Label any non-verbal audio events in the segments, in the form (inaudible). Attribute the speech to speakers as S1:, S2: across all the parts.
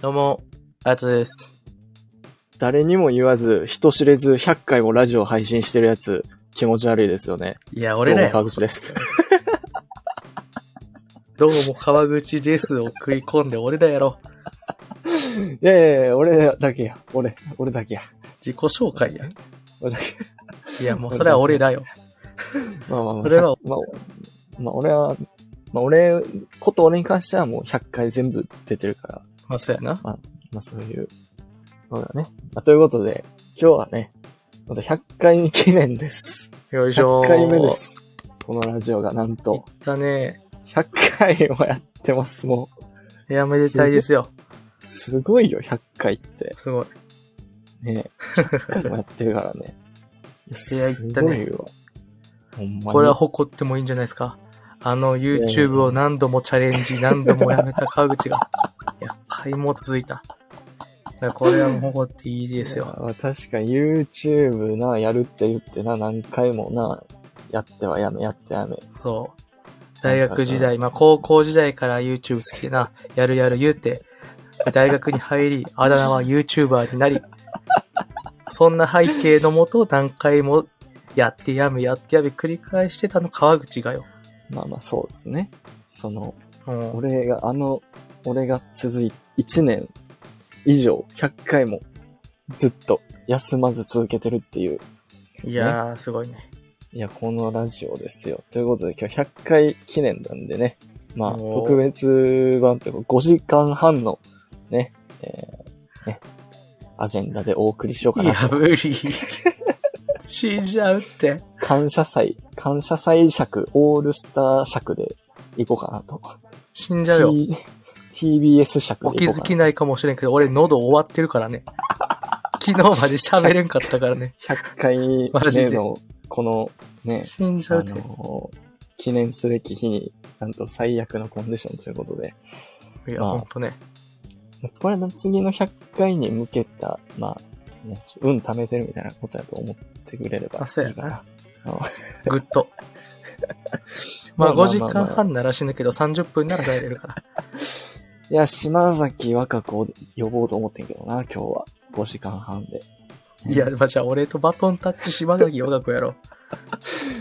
S1: どうも、あやとです。
S2: 誰にも言わず、人知れず100回もラジオ配信してるやつ、気持ち悪いですよね。
S1: いや、俺ら
S2: どうも
S1: よ。
S2: 川口です。 (laughs)
S1: どうも、川口ですを食い込んで俺らやろ。
S2: いやいやいや、俺だけや。俺、俺だけや。
S1: 自己紹介 (laughs) やん。
S2: 俺だけ。
S1: いや、もうそれは俺らよ。
S2: まあまあまあ。
S1: それは
S2: まあ、まあ俺は、まあ俺、こと俺に関してはもう100回全部出てるから、
S1: まあ、そうやな。
S2: まあそういう、そうだね。まあということで、今日はね、また100回記念です。
S1: よいしょー。
S2: 100回目で。す。このラジオがなん
S1: い
S2: と、
S1: ったね。
S2: 100回もやってます、もう。
S1: いや、めでたいですよ。
S2: すごいよ、100回って。
S1: すごい。
S2: ねえ、100回もやってるからね。
S1: (laughs) いや
S2: す
S1: 言った
S2: ご
S1: ね
S2: いわ。ほんまに。
S1: これは誇ってもいいんじゃないですか。あの YouTube を何度もチャレンジ、何度もやめた川口 (laughs) が、100回も続いた。だからこれはもう誇っていいです
S2: いや
S1: よ。
S2: まあ確かに YouTube な、やるって言ってな、何回もな、やってはやめ、やってはやめ。
S1: そう。大学時代、まあ高校時代から YouTube 好きでな、やるやる言うて、大学に入り、あだ名は YouTuber になり、そんな背景のもと何回もやってやめやってやめ繰り返してたの川口がよ。
S2: まあまあそうですね。その、
S1: うん
S2: 俺が、あの、俺が続い、1年以上、100回も、ずっと、休まず続けてるっていう。
S1: いやー、すごいね。
S2: いや、このラジオですよ。ということで今日100回記念なんでね。まあ、
S1: おー
S2: 特別版というか5時間半のね、えーね、アジェンダでお送りしようか
S1: い
S2: な。
S1: や、無理。死んじゃうって。
S2: 感謝祭、感謝祭尺、オールスター尺で行こうかなと。
S1: 死んじゃうよ。
S2: T、TBS 尺
S1: お
S2: で
S1: 気
S2: 行こ
S1: づ
S2: うか
S1: き
S2: な。
S1: ないかもしれんけど、俺喉終わってるからね。昨日まで喋れんかったから (laughs) ね。
S2: 100回
S1: マジ
S2: 目
S1: で
S2: の、このね、
S1: 死んじ
S2: あ
S1: ゃ
S2: の
S1: うって。
S2: ー記念すべき日に、なんと最悪のコンディションということで、
S1: いや、
S2: まあ
S1: ほんとね。
S2: これは次の100回に向けた、まあ、ね、運貯めてるみたいなことやと思ってくれれば
S1: あそうや
S2: いいかな。
S1: ぐっと。 (laughs) まあ
S2: まあまあまあ
S1: 5時間半なら死ぬけど30分なら帰れる
S2: (laughs)
S1: から。
S2: いや、島崎和歌子を呼ぼうと思ってんけどな、今日は。5時間半で。
S1: いや、まあ、じゃあ俺とバトンタッチ島崎和歌子やろ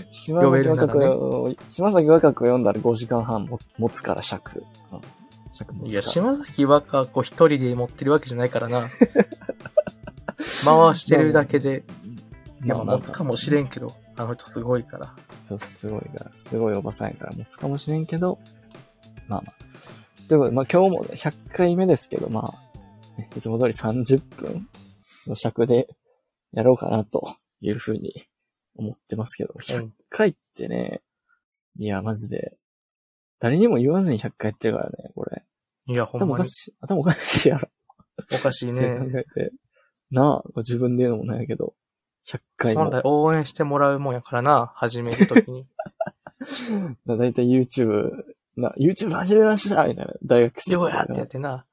S2: 島崎和歌子
S1: 呼べるならね
S2: を、島崎和歌子読んだら5時間半も持つから尺。うん尺持
S1: う。
S2: つから
S1: いや、島崎和歌子一人で持ってるわけじゃないから
S2: (laughs)
S1: な。回してるだけで、いや、まあ持つかもしれんけど、あの人すごいから。
S2: そうそう、すごいから、すごいおばさんやから持つかもしれんけど、まあまあ。ということで、まあ今日もね、100回目ですけど、まあ、ねいつも通り30分の尺でやろうかなというふうに思ってますけど、
S1: う
S2: 100
S1: ん
S2: 回ってね、いや、マジで、誰にも言わずに100回やってるからね、これ。
S1: いや、ほん
S2: 頭お
S1: ま
S2: か
S1: に
S2: しい、頭おかしいやろ。
S1: おかしい
S2: そう
S1: ね。
S2: (laughs) 考えて。なあ、自分で言うのもないけど、100回も
S1: 本。来応援してもらうもんやからな、始めると
S2: (laughs)
S1: きに。
S2: だだいたい YouTube、な、YouTube 始めましたみたいな、大学生
S1: よ
S2: と
S1: うや
S2: か
S1: ってやってな。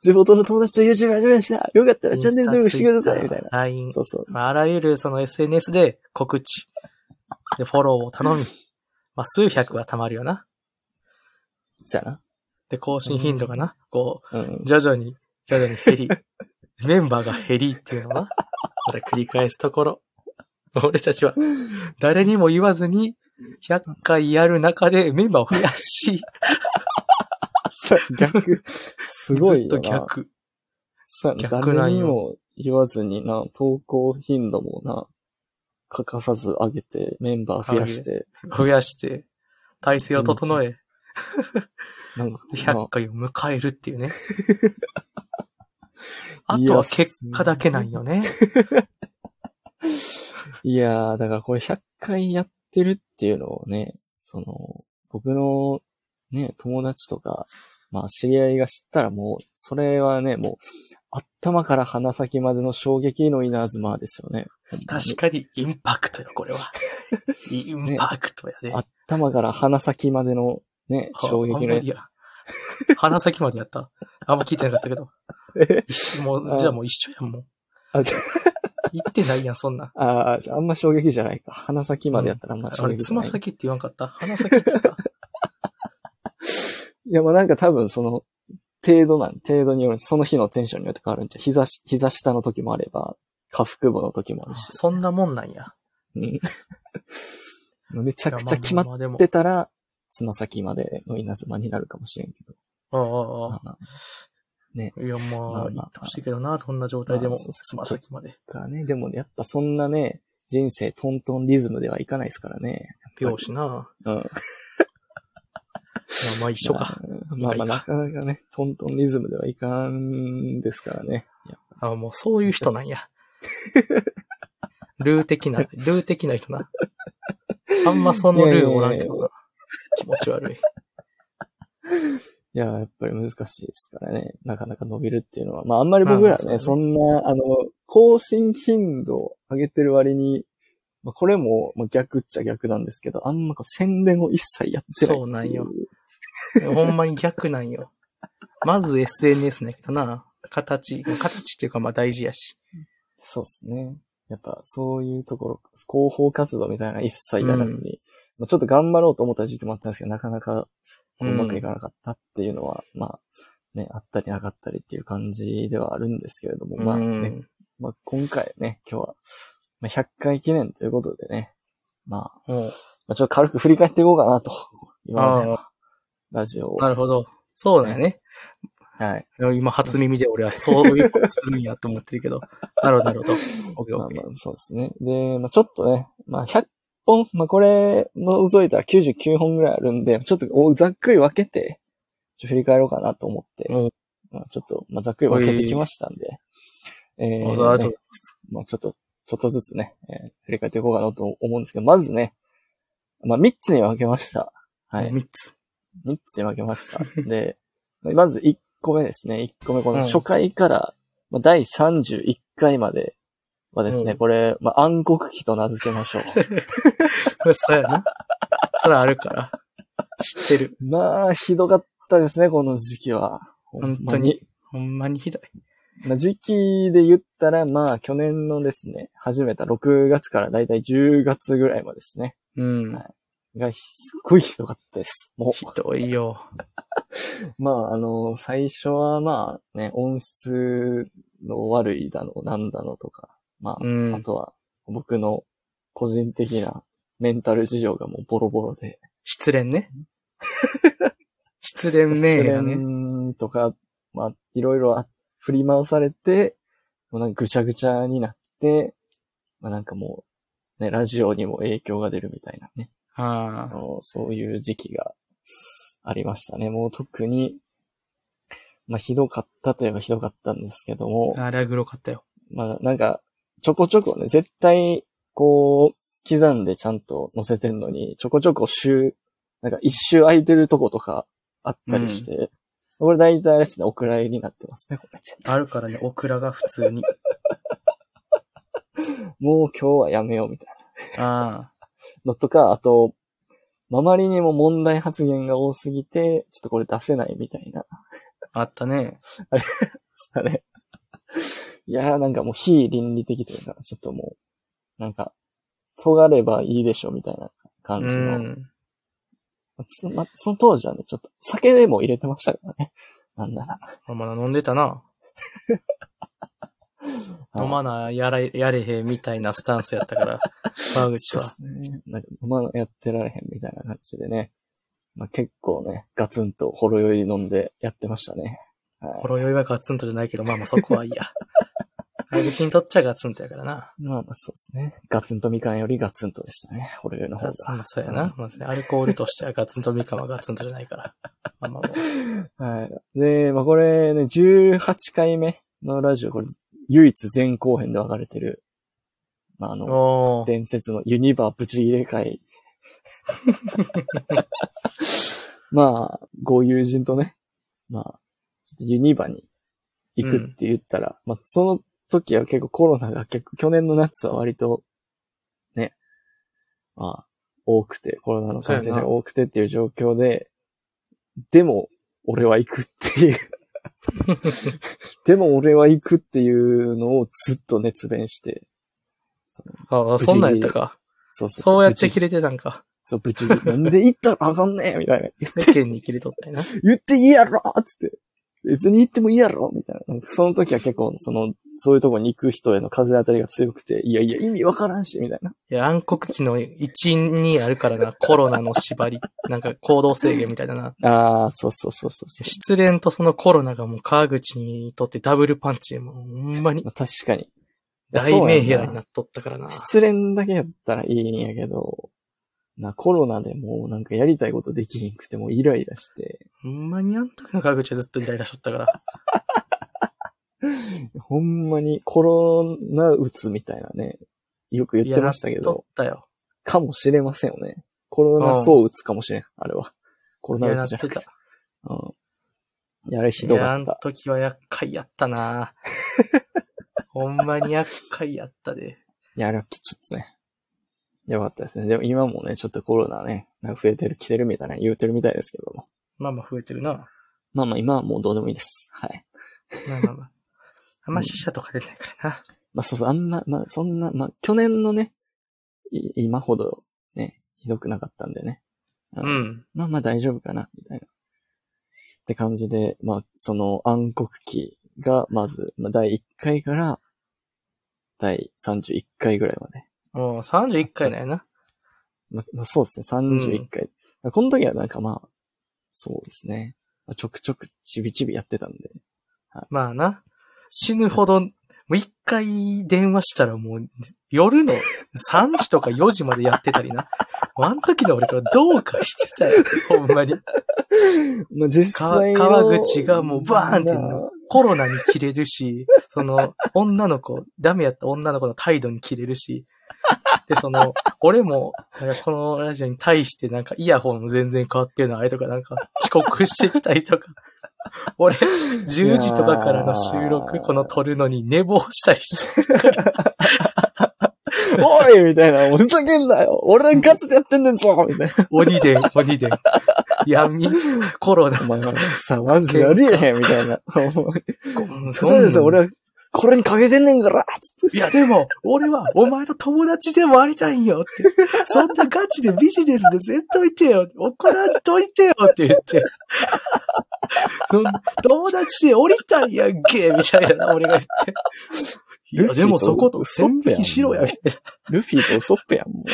S2: 地元の友達と YouTube 始めましたよかったらチャンネル登録してくださいみたいな。
S1: LINE。
S2: そうそう。
S1: まあ、あらゆるその SNS で告知。で、フォローを頼み。まあ、数百は溜まるよな。
S2: じゃな。
S1: で、更新頻度がな、こ
S2: うん
S1: う、。徐々に、徐々に減
S2: (laughs)
S1: り。メンバーが減りっていうのは、また繰り返すところ。俺たちは、誰にも言わずに、100回やる中でメンバーを増やし、
S2: そう逆。すご
S1: ずっ
S2: いよ
S1: と
S2: な。
S1: 逆。
S2: そう
S1: 逆なんよ
S2: 誰にも言わずにな、投稿頻度もな、欠かさず上げて、メンバー増やして、
S1: 増やして、体制を整え、
S2: なんか、
S1: 100回を迎えるっていう
S2: (laughs)
S1: ね。あとは結果だけなんよね。
S2: いやー、だからこれ100回やってるっていうのをね、その、僕のね、友達とか、まあ知り合いが知ったらもう、それはね、もう、頭から鼻先までの衝撃のイナズマですよね。
S1: 確
S2: か
S1: かにインパクトよ、これ
S2: (laughs)
S1: は。インパクトやで。
S2: あ頭から鼻先までのね、
S1: あ
S2: 衝撃の
S1: あんまりや。鼻先までやった。あんま聞いてなかったけど。
S2: え
S1: 一緒もう、
S2: あ
S1: じゃあもう一緒やん、もう。
S2: (laughs) あ、じゃ
S1: 言ってないやん、そんな。
S2: あ、あじゃああんま衝撃じゃないか。鼻先までやったらあんま
S1: あ
S2: 衝
S1: れ、
S2: 撃
S1: つ
S2: じゃ
S1: ま
S2: ない。
S1: 先って言
S2: (laughs)
S1: わんかった。鼻先っつった。
S2: いや、まあなんか多分その、程度なん、程度による、その日のテンションによって変わるんじゃう、膝し、膝下の時もあれば、下腹部の時もあるし。
S1: そんなもんなんや。
S2: うん。 (laughs) めちゃくちゃ決まっ
S1: って
S2: たら、つま先までの稲妻になるかもしれんけど。
S1: ああああああ
S2: まあ
S1: いや、
S2: まあ
S1: ま
S2: ま
S1: あ、
S2: あ
S1: 言ってほしいけどな、どんな状態で
S2: ま
S1: も、
S2: あそうそう
S1: つま先まで。
S2: かね。でもね、やっぱそんなね、人生トントンリズムではいかないですからね。
S1: 拍子な。ま
S2: うん。
S1: あ、まあ一緒か。
S2: まあまあ、
S1: まあ
S2: なかなかね、トントンリズムではいかんですからね。やっぱ
S1: あもうそういう人なん
S2: (laughs)
S1: や。ルー的な、ルー的な人な。あんまそのルーおらんけどな。気持ち悪い。
S2: いや、やっぱり難しいですからね。なかなか伸びるっていうのは。まああんまり僕らね、
S1: まあまあ
S2: そ
S1: そ
S2: んな、あの、更新頻度上げてる割に、まあこれも、まあ、逆っちゃ逆なんですけど、あんまこう宣伝を一切やってないってい
S1: そうなんよほんまに逆なんよ。まず SNS なんやけどな。形、形っていうかまあ大事やし。
S2: そうですね。やっぱそういうところ、広報活動みたいなの一切やらずに、まあちょっと頑張ろうと思った時期もあったんですけど、なかなかうまくいかなかったっていうのは、まあ、ね、あったりなかったりっていう感じではあるんですけれども、まあ
S1: う
S2: ね、
S1: ん
S2: まあ今回ね、今日は、まあ、100回記念ということでね、まあ、
S1: も
S2: まあ、ちょっと軽く振り返っていこうかなと、 (laughs) 今までのラジオ
S1: う
S2: を。
S1: なるほど。そうだよね。
S2: はい。
S1: 今初耳で俺はそういうことするんやと思ってるけど。なるほど、なるほど。オッケー
S2: まあ
S1: オッケ
S2: まあ
S1: ー。、
S2: そうですね。で、まあちょっとね、まあ100本、まあこれの除いたら99本ぐらいあるんで、ちょっとおざっくり分けて、ちょっと振り返ろうかなと思って、
S1: うん
S2: まあちょっと、まあざっくり分けてきましたんで、えー
S1: あそうありがとうござい
S2: ねまあちょっと、ちょっとずつね、えー振り返っていこうかなと思うんですけど、まずね、まあ3つに分けました。はい。
S1: 3つ。
S2: 3つに分けました。で、まず1個目ですね。1個目、この初回から、まあ第31回まではですね、
S1: うん
S2: これ、まあ、暗黒期と名付けましょう。
S1: そうやな。それあるから。知ってる。
S2: まあ、ひどかったですね、この時期は。
S1: 本
S2: ほんま
S1: 当に。。ほんまにひどい。
S2: まあ、時期で言ったら、まあ、去年のですね、始めた6月からだいたい10月ぐらいまでですね。
S1: うん。
S2: が、すっごいひどかったです。もう
S1: ひどいよ。
S2: まあ、あの、最初はまあね、音質の悪いだの、なんだのとか、まあ、
S1: うん
S2: あとは僕の個人的なメンタル事情がもうボロボロで、
S1: 失恋ね。 (laughs) 失恋
S2: 失
S1: ねやね。
S2: 恋とか、まあ、いろいろあ振り回されて、もうなんかぐちゃぐちゃになって、まあなんかもう、ね、ラジオにも影響が出るみたいなね、あ
S1: ああ。
S2: のそういう時期がありましたね。もう特に、まあひどかったといえばひどかったんですけども、
S1: あれはグロかったよ。
S2: まあ、なんか、ちょこちょこね、絶対、こう、刻んでちゃんと載せてんのに、ちょこちょこ週、なんか一周空いてるとことかあったりして、これ大体あれですね、お蔵入りになってますね、これ
S1: あるからね、オクラが普通に。
S2: もう今日はやめようみたい
S1: ああ。
S2: なのとか、あと、あまりにも問題発言が多すぎて、ちょっとこれ出せないみたいな。
S1: あったね。
S2: あれ。いやーなんかもう非倫理的というか、ちょっともう、なんか、尖ればいいでしょみたいな
S1: う
S2: 感じの、
S1: ん。
S2: そま、その当時はね、ちょっと酒でも入れてましたからね。 (laughs) なんなら。
S1: あまだ飲んでたな。飲まな、やら、やれへんみたいなスタンスやった (laughs) から、川口
S2: そう
S1: は
S2: で。すね。なんか飲まなやってられへんみたいな感じでね。まあ、結構ね、ガツンとほろ酔い飲んでやってましたね。
S1: ほ
S2: は
S1: ろ酔いはガツンとじゃないけど、まあまあそこはいい (laughs) や。川口にとっちゃガツンとやからな。
S2: い。まあまあそうですね。ガツンとみかんよりガツンとでしたね。ほろ酔いの方
S1: ガツン
S2: が
S1: と。そうやな。まずね、アルコールとしてはガツンとみかんはガツンとじゃないから。まあまあもう
S2: はい。で、まあこれね、18回目のラジオ、これ唯一前後編で分かれてる。まああの、
S1: おー
S2: 伝説のユニバーブチ切れ会。 (laughs) まあ、ご友人とね、まあ、ちょっとユニバに行くって言ったら、まあ、その時は結構コロナが結構、去年の夏は割と、ね、まあ、多くて、コロナの感染者が多くてっていう状況で、でも、俺は行くって
S1: (laughs)
S2: いう。でも俺は行くっていうのをずっと熱弁して、その
S1: ああ、そんなんやったか。
S2: そうそう
S1: そうやって
S2: ぶち
S1: 切れてたんか。
S2: そう、ぶち切れなんで行ったらあかんねえみたいな。
S1: 世間に切れとったんやな。
S2: 言っていいやろっつって。え別に行ってもいいやろみたいな。なんかその時は結構、その、そういうとこに行く人への風当たりが強くて、いやいや、意味わからんし、みたいな。
S1: いや、暗黒期の一員にあるからな、コロナの縛り、なんか行動制限みたいだな。
S2: ああ、そうそうそうそうそう。
S1: 失恋とそのコロナがもう川口にとってダブルパンチで、もうほんまに
S2: まあ確かに。いや
S1: 大名部屋
S2: そうやん
S1: になっとったからな。
S2: 失恋だけやったらいいんやけど、な、コロナでもうなんかやりたいことできひんくてもうイライラして、
S1: ほんまにあんたの川口はずっとイライラしとったから。
S2: ほんまにコロナうつみたいなね、よく言ってました
S1: い
S2: け
S1: やなっと
S2: ど、
S1: ったよ。
S2: かもしれませんよね。コロナそううつかもしれん、あれは。コロ
S1: い
S2: ナ
S1: や、
S2: う
S1: な
S2: つ
S1: っ
S2: じゃ
S1: て
S2: なく
S1: た
S2: て。。うん。いや、あれひど
S1: いや、
S2: か
S1: あ
S2: っ
S1: の
S2: た。
S1: 時は厄介やったなほんまに厄介やったで。
S2: いや、あれはきちょっとね、やばかったですね。でも今もね、ちょっとコロナね、なんか増えてる、来てるみたいな言うてるみたいですけども。
S1: まあまあ増えてるな。
S2: まあまあ今はもうどうでもいいです。はい。
S1: まあまあまあ。あんま死者とか出てないからな。
S2: まあそうそう、あんま、まあそんな、まあ去年のね、い今ほどね、ひどくなかったんでね。う
S1: うん。
S2: まあまあ大丈夫かな、みたいな。って感じで、まあその暗黒期がまず、まあ第1回から第31回ぐらいまで。
S1: もう31回なんやな。
S2: まあ、まあそうですね、31回。この時はなんかまあ、そうですね。まあ、ちょくちょくちびちびやってたんで。 (laughs)
S1: まあな。死ぬほど、もう一回電話したらもう夜の3時とか4時までやってたりな。もうあの時の俺からどうかしてたよ。ほんまに。
S2: まあ実
S1: か
S2: 際の
S1: 川口がもうバーンってコロナに切れるし、 (laughs) その、女の子、ダメやった女の子の態度に切れるし、で、その、俺も、なんかこのラジオに対してなんかイヤホンも全然変わってるのあれとかなんか遅刻してきたりとか、 (laughs) 俺、10時とかからの収
S2: い
S1: 録、
S2: やー
S1: この撮るのに寝坊したりしてたから、
S2: おいみたいな、もうふざけんなよ俺らガチでやってんねんぞみたい
S1: (laughs)
S2: な。
S1: 鬼で、鬼で、闇、コロナ
S2: お、前はさ、マジでありえへんみた
S1: (laughs)
S2: いな。 (laughs) そ
S1: そう
S2: ですよ、俺は、これにかけてんねんからつっ
S1: いやでも、俺はお前の友達でもありたいんよって。そんなガチでビジネスで絶対いてよ。怒らんといてよって言って。 (laughs) そん友達で降りたいやんけ、みたいな、俺が言って。いや、でもそこと線引きしろや、みたいな。
S2: て。ルフィとウソッペやん、もう。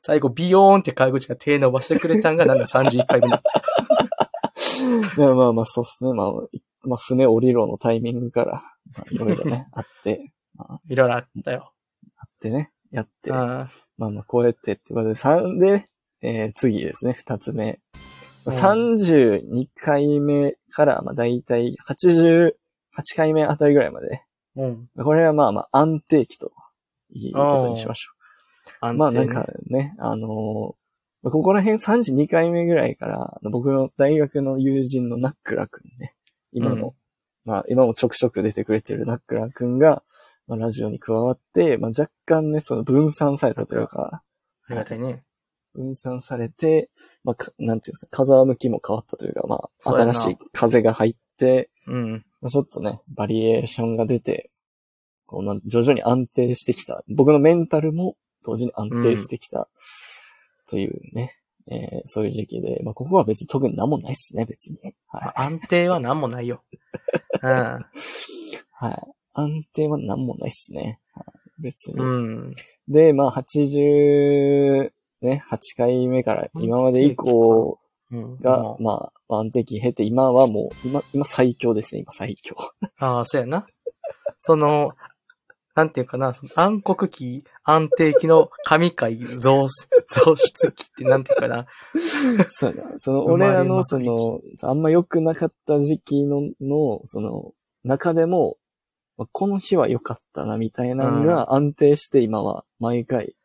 S1: 最後、ビヨーンって川口が手伸ばしてくれたんが、なんだ31回目だ。
S2: まあまあまあ、そうっすね。まあ、まあ、船降りろのタイミングから、まあ、いろいろね、あって、
S1: いろいろあったよ。
S2: でね、やって、ま
S1: あ
S2: あまあ、こうやってってことで、3で、えー、次ですね、2つ
S1: う
S2: 目。
S1: ん
S2: 32回目から、まあ、だいたい88回目あたりぐらいまで、
S1: うん。
S2: これはまあまあ安定期ということにしましょ
S1: 安定
S2: う。まあなんかね、あのーここら辺32回目ぐらいから、僕の大学の友人のナックラ君ね、今の、まあ今もちょくちょく出てくれてるナックラ君が、まあ、ラジオに加わって、まあ若干ね、その分散されたというか、
S1: ありがたいね。
S2: 分散されて、まあか、なんていうんですか、風向きも変わったというか、まあ
S1: そうやな
S2: 新しい風が入って、
S1: うん。
S2: まあちょっとね、バリエーションが出て、こうなん徐々に安定してきた。僕のメンタルも同時に安定してきた。というね、えーそういう時期で、まあ、ここは別に特に何もないっすね、別に。
S1: ま
S2: は
S1: あ安定はなんもない (laughs) よ。うん。
S2: い。はい。安定は何もないっすね。はい、別に。
S1: うん。
S2: で、まあ、80、ね、8回目から今まで以降
S1: うん
S2: が、まあ、安定期経て、今はもう、今、今最強ですね、今最強。
S1: ああ、そうやな。その、なんていうかな、その暗黒期、安定期の神回増し、増出期ってなんていうかな。
S2: そうだ。その、
S1: 生ま
S2: 俺
S1: れ
S2: らの、
S1: また
S2: そ
S1: 生き
S2: の、あんま良くなかった時期の、の、その、中でも、まあこの日は良かったな、みたいなのが安定して今は、毎回、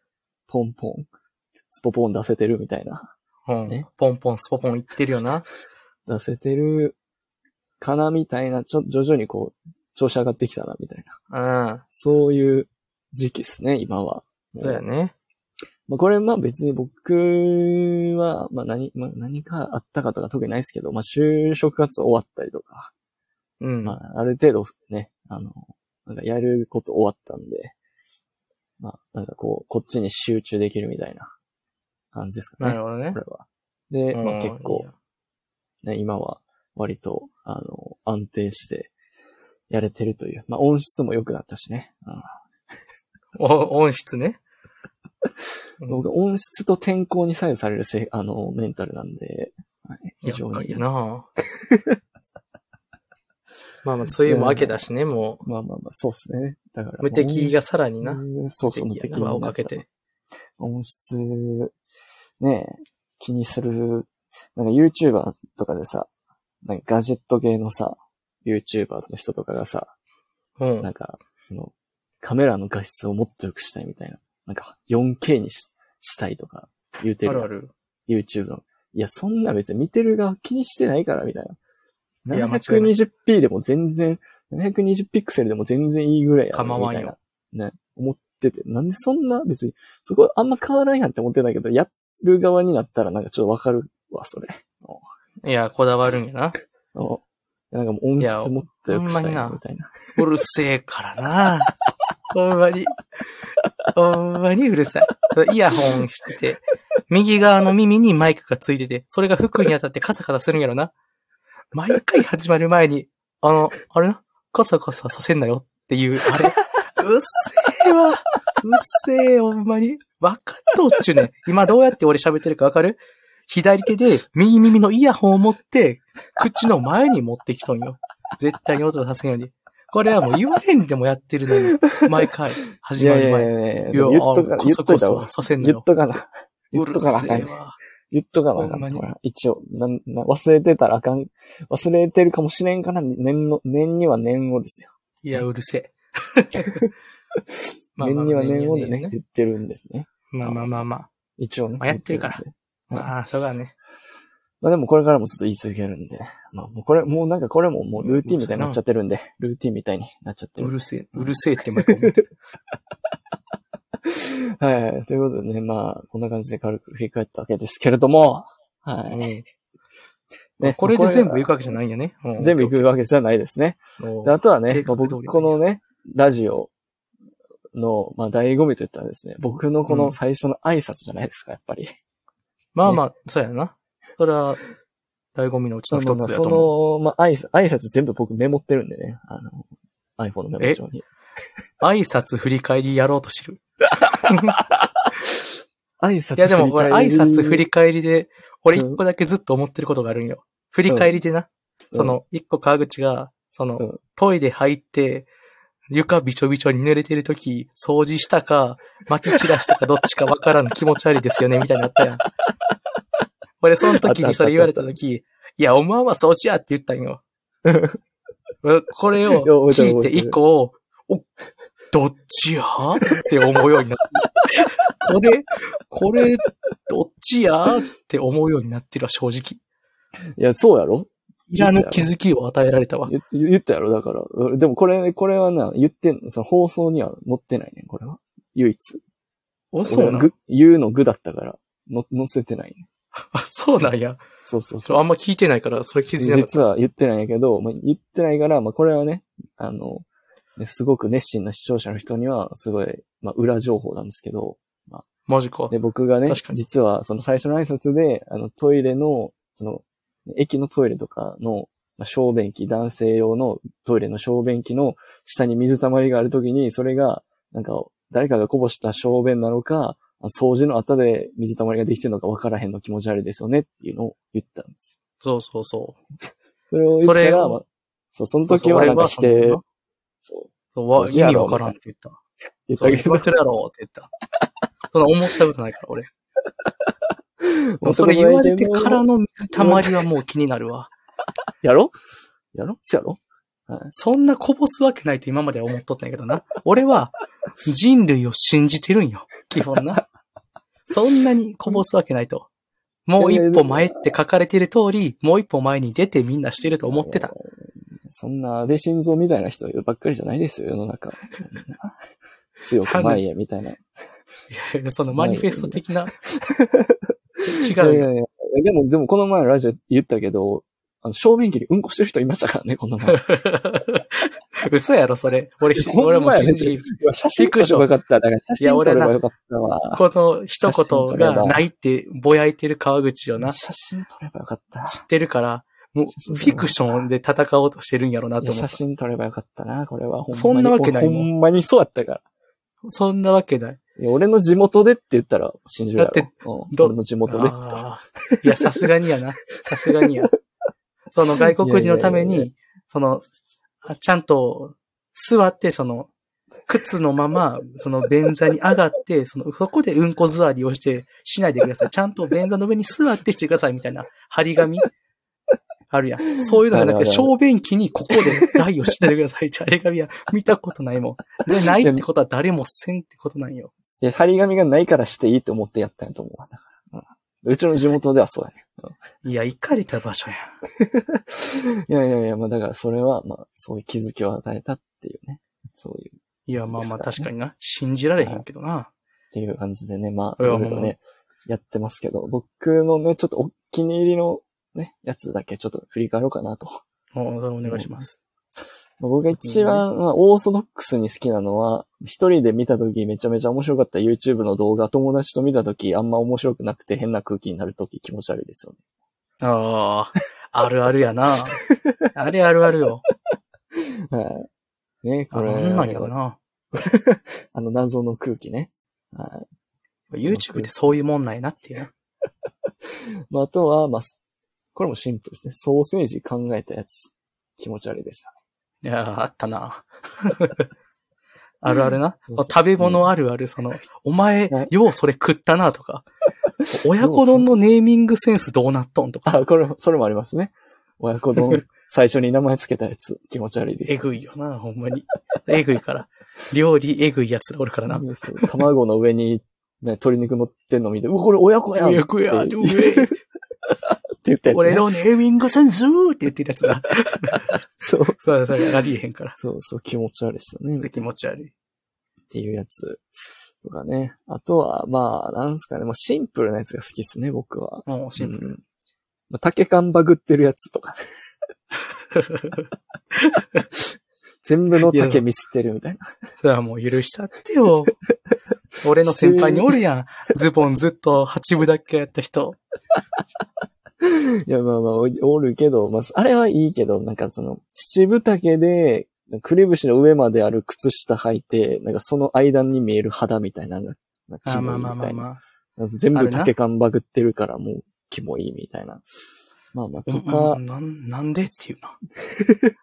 S2: ポンポン、スポポン出せてるみたいな。
S1: うん
S2: ね。
S1: ポンポンスポポン言ってるよな。
S2: 出せてる、かな、みたいな、ちょ、徐々にこう、調子上がってきたな、みたいな。
S1: うん。
S2: そういう時期ですね、今は。
S1: そうやね。
S2: まあ、これ、まあ別に僕は、まあ何、まあ何かあったかとか特にないですけど、まあ就職活動終わったりとか、
S1: うん。
S2: まあ、ある程度ね、あの、なんかやること終わったんで、まあ、なんかこう、こっちに集中できるみたいな感じですかね。
S1: なるほどね
S2: こ。れは。で、ま
S1: う
S2: あ
S1: ん
S2: 結構、ね、今は割と、あの、安定してやれてるという。まあ、音質も良くなったしね。
S1: お音質ね。
S2: うん、僕、音質と天候に左右されるせい、あの、メンタルなんで、はい、非常
S1: 厄介
S2: に
S1: や。な (laughs) まあまあ、梅雨も明けだしね、も
S2: まあまあまあ、そうですね。だから。
S1: う。無敵がさらにな。
S2: うんそうそう、無
S1: 無敵
S2: 敵
S1: やな輪をかけて。。
S2: 音質、ねえ、気にする、なんか YouTuber とかでさ、なんかガジェット系のさ、YouTuber の人とかがさ、
S1: うん。
S2: な
S1: は
S2: んか、その、カメラの画質をもっと良くしたいみたいな。なんか、4K にししたいとか言うて
S1: あ
S2: るやん。
S1: るある。
S2: YouTube の。いや、そんな別に見てる側気にしてないから、みたいな。
S1: いや間違いない
S2: 720p でも全然、720ピクセルでも全然いいぐらいやろ
S1: 構わんよ。
S2: みたいなね、思ってて。なんでそんな別に、そこあんま変わらんやんって思ってんだけど、やる側になったらなんかちょっとわかるわ、それ。
S1: いや、こだわるんやな。
S2: うんなんかもう音質もっと良くしたい
S1: いやほんまにな
S2: な、みたいな。
S1: うるせえからな。ほんまに。ほんまにうるさい。イヤホンしてて、右側の耳にマイクがついてて、それが服に当たってカサカサするんやろな。毎回始まる前に、あの、あれな、カサカサさせんなよっていう、あれ、うっせえわ。うっせえ、ほんまに。わかっとっちゅうねん。今どうやって俺喋ってるかわかる左手で右耳のイヤホンを持って、口の前に持ってきとんよ。絶対に音出させんように。これはもう言われんでもやってるのに、毎回、
S2: い
S1: 始ま
S2: や
S1: る前
S2: い
S1: に。
S2: やいやいや、言っとか
S1: あ
S2: な、
S1: こ
S2: 言っ
S1: そ
S2: と
S1: こ
S2: いた
S1: そ
S2: わ。
S1: させんの
S2: 言っ
S1: よ。
S2: とかな。言
S1: う
S2: っ
S1: る
S2: とかなあ
S1: せ
S2: かん
S1: え
S2: ね。
S1: わ。
S2: 言っとかなあかん
S1: ほんま
S2: ね。
S1: に
S2: ほら、一応なんな、忘れてたらあかん。忘れてるかもしれんから、年の、年には年後ですよ。
S1: いや、うる
S2: (laughs)
S1: せえ。
S2: 年には年後で
S1: 年に
S2: ね
S1: は、年
S2: 言ってるんですね。
S1: まあまあまあまあ。
S2: 一応ね。
S1: まあやってるから
S2: 言んで。
S1: まあ、そうだね。
S2: まあでもこれからもずっと言い続けるんで。まあもうこれ、もうなんかこれももうルーティンみたいになっちゃってるんで、ルーティンみたいになっちゃって
S1: う
S2: る。
S1: るせえ、うるせえって毎回思って
S2: (laughs)
S1: る。
S2: はいはい。ということでね、まあ、こんな感じで軽く振り返ったわけですけれども、はい。ね
S1: これで全部行くわけじゃないんやね。うん
S2: 全部行くわけじゃないですね。
S1: お
S2: であとはね
S1: 計、画
S2: ま
S1: 通
S2: あ
S1: りだね
S2: 僕、このね、ラジオの、まあ、醍醐味といったらですね、僕のこ
S1: う
S2: の
S1: ん
S2: 最初の挨拶じゃないですか、やっぱり。
S1: まあまあ、そうやな。それは、醍醐味のうちの一
S2: まあ
S1: つやと
S2: そ
S1: 思う。
S2: の、まあ、挨拶、挨拶全部僕メモってるんでね、あの、iPhone のメモ帳に。
S1: 挨拶振り返りやろうと
S2: (laughs)
S1: してる。
S2: 挨拶
S1: いや、でもこれ挨拶振
S2: 返り
S1: り返りで、俺一個だけずっと思ってることがあるんよ。振り返りでな。
S2: うん
S1: その、一個川口が、その、
S2: うん
S1: トイレ入って、床びちょびちょに濡れてるとき、掃除したか、巻き散らしたかどっちかわからん気持ち悪いですよね、みたいになったやん。俺、その時にそれ言われた時、いや、お前は掃除やって言ったんよ。これを聞いて以降、お、どっちやって思うようになった。これ、これ、どっちやって思うようになってるわ、正直。
S2: いや、そうやろ
S1: いらぬ気づきを与えられたわ。
S2: 言って言ったやろだから。でもこれ、これはな、言ってんの、その放送には載ってないね、これは。唯一。
S1: お、そうな
S2: 俺は
S1: ん
S2: ぐ言うの具だったから、の載せてないね。
S1: あ、そうなんや。
S2: そうそうそう
S1: そう、あ。んま聞いてないから、それ気づいてなかっ
S2: 実は言ってないんやけど、まあ、言ってないから、まあ、これはね、あの、ねすごく熱心な視聴者の人には、すごい、まあ、裏情報なんですけど、
S1: た。マジか。
S2: で、僕がね
S1: 確か、に
S2: 実は、その最初の挨拶で、あの、トイレの、その、駅のトイレとかの、まあ、小便器、男性用のトイレの小便器の下に水たまりがあるときに、それが、なんか、誰かがこぼした小便なのか、あ掃除の後で水たまりができてるのか分からへんの気持ち悪いですよねっていうのを言ったんですよ。
S1: そうそうそう。
S2: それを言った
S1: それ
S2: ら、
S1: を
S2: まあそう、その時はなんか否定、そう、
S1: そう、わ
S2: そう
S1: 意味わからんって言った。
S2: 言っ
S1: そう、
S2: た
S1: 聞
S2: けど
S1: こえ、てるやろって言った。その思ったことないから、
S2: (laughs)
S1: 俺。でもそ
S2: 男
S1: れ
S2: の
S1: 言わ
S2: 意
S1: れ
S2: 見
S1: て
S2: も
S1: からの水たまりはもう気になるわ。
S2: やろやろやろ
S1: そんなこぼすわけないと今までは思っとったんやけどな。俺は人類を信じてるんよ。基本な。そんなにこぼすわけないと。もう一歩前って書かれてる通り、もう一歩前に出てみんなしてると思ってた。。
S2: そんな安倍晋三みたいな人ばっかりじゃないですよ、世
S1: (laughs)
S2: の中。強く前へみたいな。い
S1: いやいや (laughs) そのマニフェスト的な。ち違
S2: や
S1: う
S2: い
S1: よ。
S2: やいや。でも、でもこの前のラジオ言ったけど、あの、小便器にうんこしてる人いましたからね、この前。
S1: 嘘やろ、それ。俺し、
S2: ほんま
S1: (laughs)
S2: や
S1: 俺も信じる。
S2: 写真撮ればよかった。だから写真撮ればよかったわ。
S1: この一言がないってぼやいてる川口をな、知
S2: 写真撮ればよかった。
S1: ってるから、もう、フィクションで戦おうとしてるんやろうないと
S2: や
S1: 思っ
S2: 写
S1: た。
S2: 真撮ればよかったな、これは。ほんまに
S1: そんなわけないも
S2: ほ
S1: ん
S2: んまにそうやったから。
S1: そんなわけない。
S2: いや俺の地元でって言ったら信じるやろ。
S1: だって
S2: うん、
S1: ど
S2: 俺の地元でって言ったら。
S1: あーいや、さすがにや
S2: (laughs)
S1: な。さすがにや。その外国人のため
S2: いやいやい
S1: に、その、あちゃんと座って、その、靴のまま、その便座に上がって、その、そこでうんこ座りをして、しないでください。ちゃんと便座の上に座ってしてください、みたいな、張り紙あるやん。そういうのじゃな
S2: あ
S1: く
S2: る
S1: て、
S2: ある
S1: 小便器にここで台をしないでください。張り紙は見たことないもん。で、ないってことは誰もせんってことなんよ。
S2: いや、張り紙がないからしていいと思ってやったんやと思うわ。だからうんうちの地元ではそうやね。
S1: いや、行かれた場所やん。
S2: いやいやいや、まあだからそれは、まあそういう気づきを与えたっていうね。そういう、っ
S1: いや、まあまあ確かにな。信じられへんけどな。
S2: ていう感じでね、まあ、
S1: い
S2: い
S1: や
S2: ろいろね、やってますけど、僕のね、ちょっとお気に入りのね、やつだけちょっと振り返ろうかなと。
S1: おお願いします。
S2: まあ僕が一番、まあ、オーソドックスに好きなのは、一人で見た時めちゃめちゃ面白かった YouTube の動画、友達と見た時あんま面白くなくて変な空気になる時気持ち悪いですよね。
S1: ああ、あるあるや (laughs) な。あれあるあるよ。
S2: はい。ね、
S1: あ
S2: これ。
S1: んなんやろな。
S2: あの謎の空気ね。はい。
S1: YouTube ってそういうもんないなっていうな。
S2: まあ、あとは、まあ、すこれもシンプルですね。ソーセージ考えたやつ。気持ち悪いですよ
S1: いや、あったな。 (laughs) あるあるな。
S2: うん
S1: 食べ物あるある、その、お前
S2: はい、
S1: ようそれ食ったなと (laughs) か、親子丼のネーミングセンスどうなっとんとか、
S2: ね。あ、これ、それもありますね。親
S1: (laughs)
S2: 子丼、最初に名前つけたやつ。気持ち悪いです。
S1: えぐいよな、ほんまに。えぐいから。料理えぐいやつらおるからな。
S2: そう卵の上に、ね、鶏肉乗ってんの見て、うわ、これ親子やんって
S1: よくや、
S2: って
S1: うえ
S2: 言ったやつ、ね。
S1: 俺のネーミングセンスって言ってるやつだ。
S2: そう。
S1: (laughs) そうそう、ありえへんから。
S2: そうそう、気持ち悪いですよね。
S1: 気持ち悪い。
S2: っていうやつとかね。あとは、まあ、なんすかね、まあ、シンプルなやつが好きですね、僕は。
S1: もうシンプル。
S2: うんまあ、竹缶バグってるやつ
S1: (laughs)
S2: とか、全部の竹ミスってるみたいな。
S1: それはもう許したって (laughs) よ。俺の先輩におるやん。ズボンずっと八分だけやった人。
S2: いや、まあまあ、おおるけど、まあ、あれはいいけど、なんかその、七分竹で、くりぶしの上まである靴下履いて、なんかその間に見える肌みたいなのが、なんか
S1: あ
S2: キモ
S1: まあまあ
S2: いみ
S1: ま
S2: た
S1: あ
S2: いな。
S1: ま
S2: なんか全
S1: あ
S2: 部
S1: るな
S2: 竹缶バグってるから、もう、キモいみたいな。まあまあ、
S1: あ。
S2: とか
S1: う、んなん、なんでっていうな。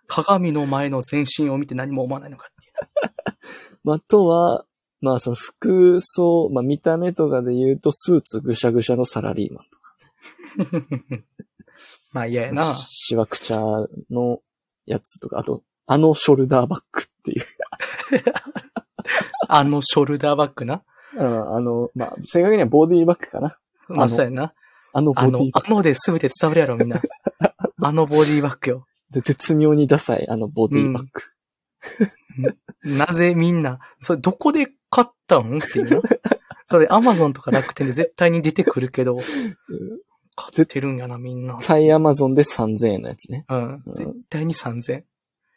S1: 鏡の前の全身を見て何も思わないのかっていう
S2: まあ、あとは、まあその服装、まあ見た目とかで言うと、スーツぐしゃぐしゃのサラリーマンと
S1: (laughs) な。まあ嫌や
S2: か、
S1: な。
S2: ししわくちゃのやつとか、あと、あのショルダーバッグっていう。
S1: あのショルダーバッグな。
S2: うんあの、まあ、正確にはボディバッグかな。
S1: まあそうやな。
S2: あのボ
S1: あ
S2: デ
S1: の
S2: ィ、バッ
S1: あので全て伝わるやろみんな。あのボディーバッグよ。
S2: グ。で、絶妙にダサい、あのボディバッグ。
S1: なぜみんな、それどこで買ったんっていうな。それアマゾンとか楽天で絶対に出てくるけど、買ってるんやなみんな。
S2: サイアマゾンで3000円のやつね。
S1: うん。
S2: うん
S1: 絶対に3000。
S2: うん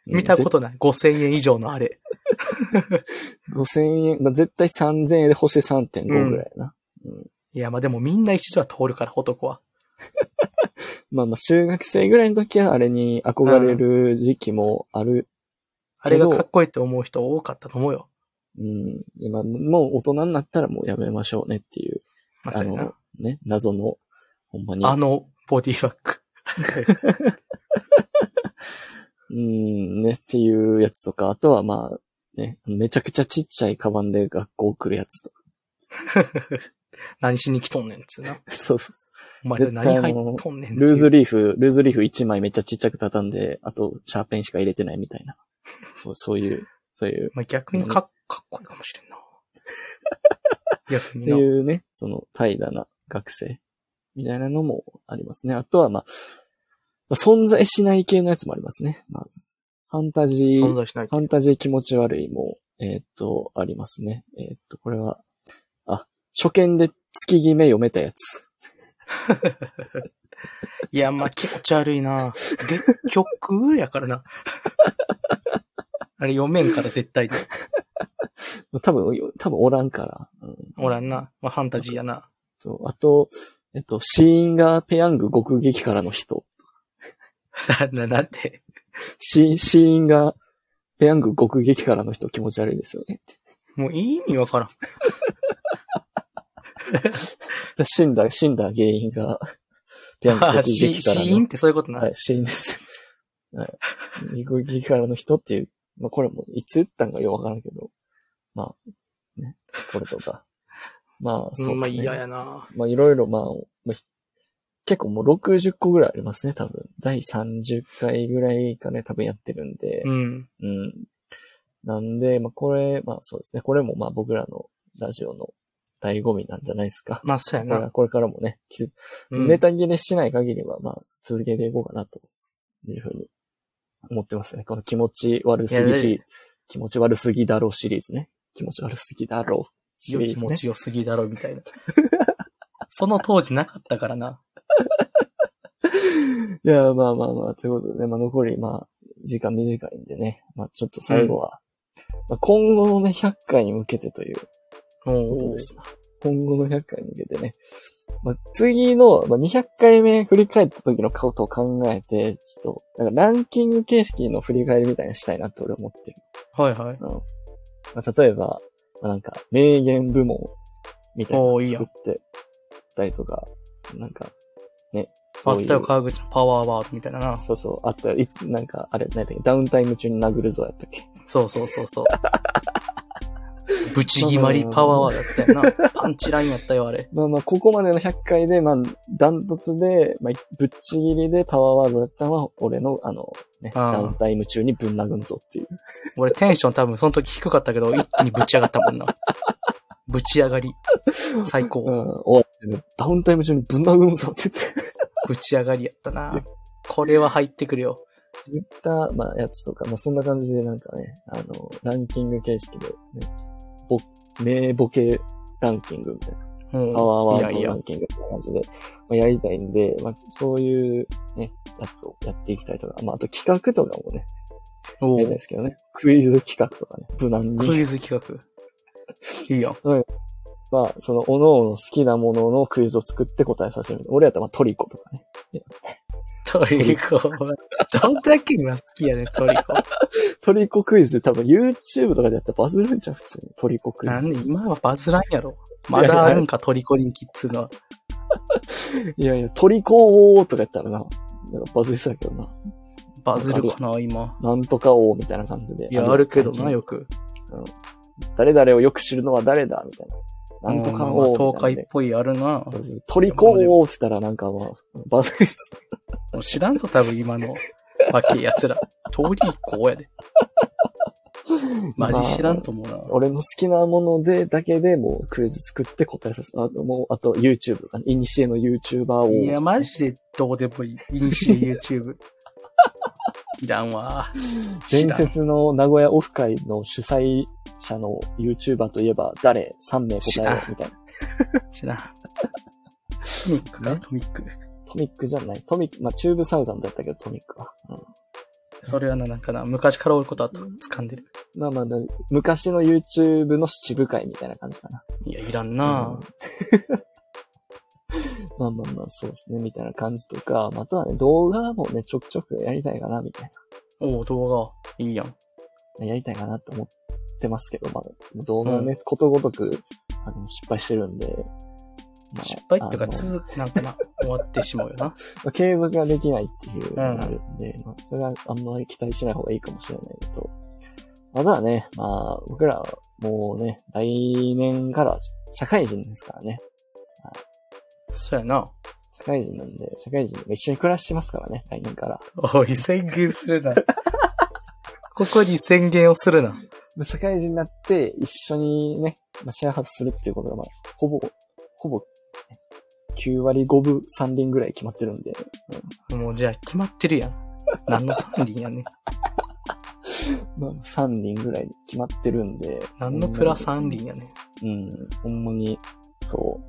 S1: 見たことない。5000円以上のあれ。
S2: ぜ5000円、まあ、絶対3000円で星3.5ぐらいやな。
S1: いや、まあでもみんな一度は通るから、男は。
S2: まあまあ、中学生ぐらいの時はあれに憧れる時期もある
S1: あれがかっこいいって思う人多かったと思うよ。
S2: うん。今、もう大人になったらもうやめましょうねっていう、
S1: まあ、
S2: あ
S1: そうやな
S2: の、ね、謎の、ほんまに。
S1: あの、ボディバッグ。
S2: うん、ね、っていうやつとか、あとはまあ、ね、めちゃくちゃちっちゃいカバンで学校来るやつとか。 (laughs)
S1: (laughs) 何しに来とんねんっつうな。
S2: そうそうそ
S1: お前それ何入っとんねん
S2: う。
S1: っていう
S2: ルーズリーフ、ルーズリーフ1枚めっちゃちっちゃく畳んで、あと、シャーペンしか入れてないみたいな。そう、そういう、そ
S1: (laughs)
S2: ういう、
S1: まあ逆にかっかっこいいかもしれんな。 (laughs) 逆
S2: っ
S1: に
S2: て
S1: な。
S2: いうね、その、怠惰な学生。みたいなのもありますね。あとはまあ、まあ、存在しない系のやつもありますね。まあ、ファンタジー、
S1: 存在しない
S2: ファンタジー気持ち悪いも、えーっと、ありますね。えーっと、これは、あ、初見で月決め読めたやつ。 (laughs)
S1: いや、まあ、気持ち悪いな。結
S2: (laughs)
S1: 局やからな。あれ読めんから絶対で。
S2: 多分、多分おらんから。うん、
S1: おらんな。まあ、ファンタジーやな。
S2: そうあと、えっと、シーンがペヤング極撃からの人。
S1: な、なんて。
S2: 死死因が、ペヤング極激辛の人気持ち悪いですよねって。
S1: もう意味わからん。
S2: で死んだ、死んだ原因が、ペヤング
S1: あ
S2: 極
S1: 死
S2: 激辛
S1: 死
S2: の。
S1: 因ってそういうことな。
S2: はい、死因です。 (laughs) はい。極激辛の人っていう、まあこれもいつ打ったんかよくわからんけど、まあ、ね、これとか。 (laughs) まあ、
S1: うん
S2: そう
S1: まあ
S2: ですね。
S1: 嫌やな。
S2: まあいろいろまあ、まあひ結構もう60個ぐらいありますね、多分。第30回ぐらいかね、多分やってるんで。
S1: うん。
S2: うん。なんで、まあこれ、まあそうですね、これもまあ僕らのラジオの醍醐味なんじゃないですか。
S1: まあそうや
S2: だか
S1: な。
S2: らこれからもね、き
S1: うん
S2: ネタ切れしない限りは、まあ、続けていこうかな、というふうに思ってますね。この気持ち悪す
S1: いや
S2: ぎ
S1: だい
S2: し、気持ち悪すぎだろうシリーズね。気持ち悪すぎだろうシ
S1: よ
S2: リー
S1: 気
S2: ズ
S1: 持
S2: ね。
S1: ちよすぎだろ、みたいな。その当時なかったから
S2: (laughs)
S1: な。
S2: いや、まあまあまあ、ということで、まあ残り、まあ、時間短いんでね。まあちょっと最後は、まあ今後のね、100回に向けてというこ
S1: も
S2: と
S1: う
S2: で、す。今後の100回に向けてね。まあ、次の、まあ、200回目振り返った時のことを考えて、ちょっと、なんかランキング形式の振り返りみたいにしたいなって俺思ってる。
S1: はいはい。
S2: うん。まあ、例えば、まあ、なんか、名言部門みたいなの
S1: お
S2: を
S1: ーいいや
S2: 作
S1: ん
S2: ってたりとか、なんか、ね、
S1: あ
S2: そう
S1: っ
S2: いう
S1: たよ、川口のパワーワードみたいなな。
S2: そうそう、あったよ。いなんか、あれ、何だっけ、ダウンタイム中に殴るぞやったっけ。
S1: そうそうそうそう。ぶち決まりパワーワードやったよな。パンチラインやったよ、あれ。
S2: まあまあ、ここまでの100回で、まあ、ダントツで、まあ、ぶっちぎりでパワーワードだったのは、俺の、あの、ね、
S1: ああ
S2: ダウンタイム中にぶん殴んぞっていう。
S1: 俺テンション多分その時低かったけど、一気にぶち上がったもんな。ぶち上がり。最
S2: う
S1: 高。
S2: ん、おい、ダウンタイム中にぶん殴んぞって言って、
S1: ぶち上がりやったな。これは入ってくるよ。
S2: 言った、まあ、やつとか、まあ、そんな感じで、なんかね、あの、ランキング形式で、ね、ぼ、名ボケランキングみたいな。
S1: うん
S2: パワーワ
S1: いや
S2: ー
S1: い
S2: ド
S1: や
S2: ラン。キングって感じで、まあ、やりたいんで、まあ、そういうね、やつをやっていきたいとか、まあ、あと企画とかもね、
S1: お
S2: やりたいで
S1: う
S2: すけどね、クイズ企画とかね、無難
S1: ク
S2: に。
S1: イズ企画。いいよ。
S2: まあ、その、おのおの好きなもののクイズを作って答えさせる。俺やったら、まあ、トリコとかね。
S1: トリコ。 (laughs) どんだけ今好きやねん、トリコ。
S2: トリコクイズ、多分 YouTube とかでやったらバズるんじゃん、普通に。トリコク
S1: (laughs)
S2: イ
S1: なん
S2: ズ。
S1: で今はバズらんやろ。まだあるんか、トリコ人気っつうのは。
S2: いやいや、トリコ王とかやったらな、なんかバズりそうやけどな。
S1: バズるかな、今。
S2: なんとか王みたいな感じで。
S1: いや、あるけどな、
S2: よ。
S1: よく。
S2: 誰々をよく知るのは誰だみたいな。なんとか王みた
S1: 東
S2: いなね。
S1: 海っぽいあるな。
S2: そうそうトリコ王って言ったらなんかまあ、バズりそう
S1: もう知らんぞ、多分今の。わけや
S2: (laughs)
S1: つら。トリコやで。マジ知らんと思うな。
S2: 俺の好きなもので、だけでもうクイズ作って答えさせる。あともう、あと YouTube とかね。イニシエの YouTuber を。
S1: いや、マジでどうでもいい。インシエ YouTube。いらんわ。知
S2: 伝
S1: らん。
S2: 説の名古屋オフ会の主催者の YouTuber といえば誰 ?3 名
S1: 知
S2: 答
S1: ら
S2: え
S1: ん
S2: ろみたいな。
S1: 知らん。トミックか、トミック。
S2: トミックじゃないです。トミック、まあ、チューブサウザンだったけど、トミックは。う
S1: それはな、なんかな、昔からおることあった。掴んでる。
S2: ん、まあまあ、な昔の YouTube の七部会みたいな感じかな。
S1: いや、いらんな。
S2: (laughs) まあまあまあ、そうですね、みたいな感じとか、まああとはね、動画もね、ちょくちょくやりたいかな、みたい
S1: おう、動画。いいやん。
S2: な。やりたいかなと思ってますけど、まあ、動画はね、ことごとく、あの、失敗してるんで、まあ
S1: 失敗っていうか、
S2: あの
S1: 続く、なんかな、終わってしまうよな。
S2: まあ継続ができないっていうのがあるんで、まあ、それはあんまり期待しない方がいいかもしれないけど、まだね、まあ、僕らはもうね、来年から社会人ですからね。
S1: そうやな。
S2: 社会人なんで、社会人、一緒に暮らしてますからね、来年から。
S1: おい、宣言するな。ここに宣言をするな。
S2: まあ社会人になって一緒にね、まあ、シェアハウスするっていうことが、まあ、ほぼ、ほぼ、9割5分3輪ぐらい決まってるんで、
S1: もうじゃあ決まってるやん。何の三輪やねん。
S2: まあ、3輪ぐらい決まってるんで。
S1: 何のプラ三輪やねん。
S2: うん、ほんまに、そ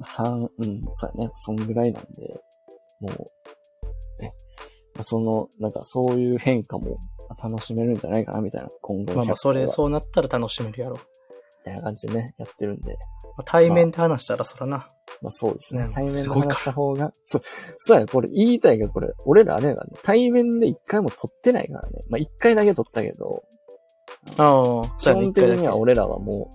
S2: う、三、うん、そうやね、そんぐらいなんで、もう、ね、まあその、なんかそういう変化もまあ楽しめるんじゃないかな、みたいな、今後の
S1: まあまあ、それ、
S2: 100
S1: そうなったら楽しめるやろ。
S2: みたいな感じでね、やってるんで、
S1: まあ対面で話したらそらな。
S2: まあそうです
S1: う
S2: ね
S1: ん。
S2: 対面
S1: す
S2: で
S1: ごいから
S2: 話した方が、そう、そうや、これ言いたいがこれ、俺らあれなんだ、対面で一回も撮ってないからね。まあ一回だけ撮ったけど、
S1: ああ、
S2: 基
S1: そうやね、
S2: 本
S1: 一
S2: 的
S1: 回だ
S2: に
S1: け。
S2: は俺らはも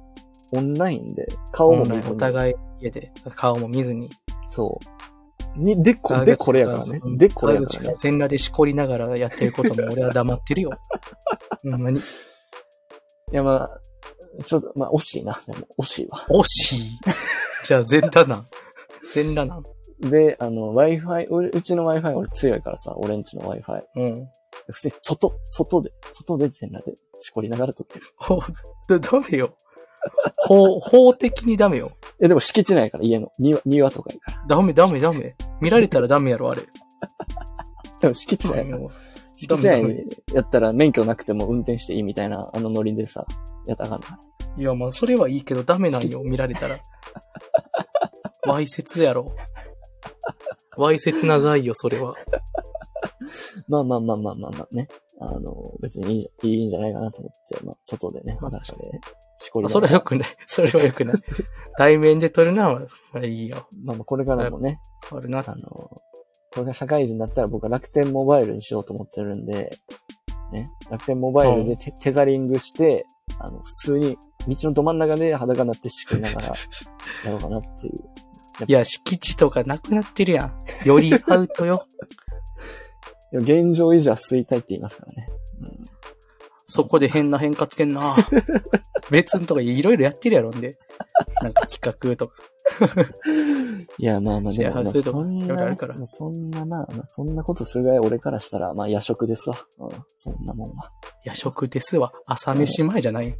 S2: う、オンラインで、顔も
S1: オンライ
S2: 見
S1: ン
S2: ず
S1: お
S2: に、
S1: 互い家で顔も見ずに。
S2: そう。に、でこ、でこれやからね。でこれやからね。
S1: 全裸でしこりながらやってることも俺は黙ってる
S2: (laughs)
S1: よ。ほんまに。
S2: いや、まあ、ちょっと、まあ、惜しいな。でも、惜しいわ。
S1: 惜しい。じゃあ全裸なん。全裸なん。
S2: で、あの、Wi-Fi、俺うちの Wi-Fi 俺強いからさ、俺んちの Wi-Fi。
S1: うん。
S2: 普通に外、外で、外で全裸で、しこりながら撮ってる。
S1: ほ、だ、ダメよ。法、法的にダメよ。
S2: え、でも敷地内から、家の、庭、庭とかやから。
S1: ダメダメダメ。見られたらダメやろ、あれ。
S2: でも敷地内やから、敷地内にやったら免許なくても運転していいみたいな、あのノリでさ、やったらあかんない
S1: や、まあ、それはいいけど、ダメなんよ、見られたら。わいせつやろ。わいせつな罪よ、それは。
S2: まあまあまあまあまあまあね。あの、別にいいじゃいいんじゃないかなと思って、まあ、外でね、
S1: まあ
S2: 話して、しこり
S1: あ
S2: な
S1: そ
S2: が
S1: れは
S2: ら
S1: 良くない。それは良くない。対面で撮るのは、まあいいよ。
S2: まあまあ、これからもね、
S1: あるな。
S2: あの、これが社会人になったら僕は楽天モバイルにしようと思ってるんで、ね、楽天モバイルでテ,、テザリングして、あの、普通に道のど真ん中で裸になってしくりながらやろうかなっていう。
S1: いや、敷地とかなくなってるやん。よりアウトよ。
S2: でも現状維持は衰退って言いますからね。
S1: そこで変な変化つけん
S2: (laughs)
S1: な。別のとかいろいろやってるやろんで。なんか企画とか。
S2: いや、まあまあ、
S1: シェ
S2: で
S1: アハ
S2: も、
S1: ウ
S2: まあ
S1: スとか
S2: そん
S1: いろいろある
S2: な
S1: から、
S2: まあそんな、まあ、まあそんなことするぐらい俺からしたら、まあ、夜食ですわ。うん、そんなもんは。
S1: 夜食ですわ。朝飯前じゃ
S2: (laughs)
S1: ない。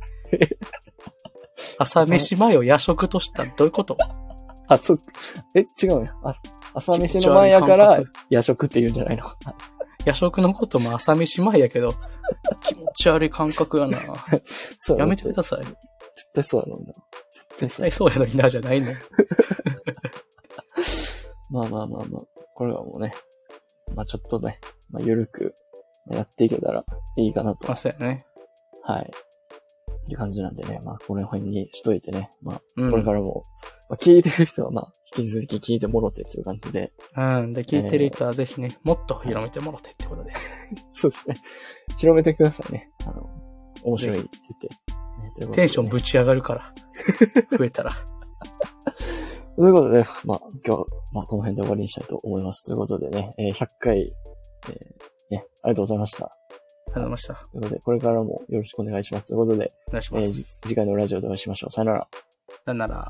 S1: 朝飯前を夜食としたらどういうこと
S2: あ、そ、え、違うね。あ朝飯の前やか
S1: 気持ち悪い感
S2: ら
S1: 覚、
S2: 夜食って言うんじゃないの (laughs)
S1: 夜食のことも朝飯前やけど、気持ち悪い感覚
S2: (laughs)
S1: やな。
S2: そう
S1: やめてくだ
S2: さ
S1: さい。
S2: い。絶対そうやろうな。絶対そう
S1: 絶対そうやのになじゃないの。
S2: まあまあまあまあ、これはもうね、まあちょっとね、まあゆるくやっていけたらいいかなと
S1: まあ、。そうやね。
S2: はい。いう感じなんでね、まあこの辺にしといてね、まあ
S1: うん。
S2: これからも、まあ聞いてる人はまあ引き続き聞いてもろてっていう感じで、
S1: うん。で、聞いてる人はぜひね、もっと広めてもらってってことで。
S2: そうですね。広めてくださいね。あの、面白いって言って。ねということでね
S1: テンションぶち上がる
S2: (laughs)
S1: から。増えたら。
S2: ということで、まあ、今日は、まあ、この辺で終わりにしたいと思います。ということでね、えー100回、えーね、ありがとうございました。
S1: ありがとうございました。
S2: ということで、これからもよろしくお願いします。ということで、
S1: お願いし
S2: え
S1: ま
S2: ー
S1: す。
S2: 次回のラジオでお会いしましょう。さよなら。
S1: さよなら。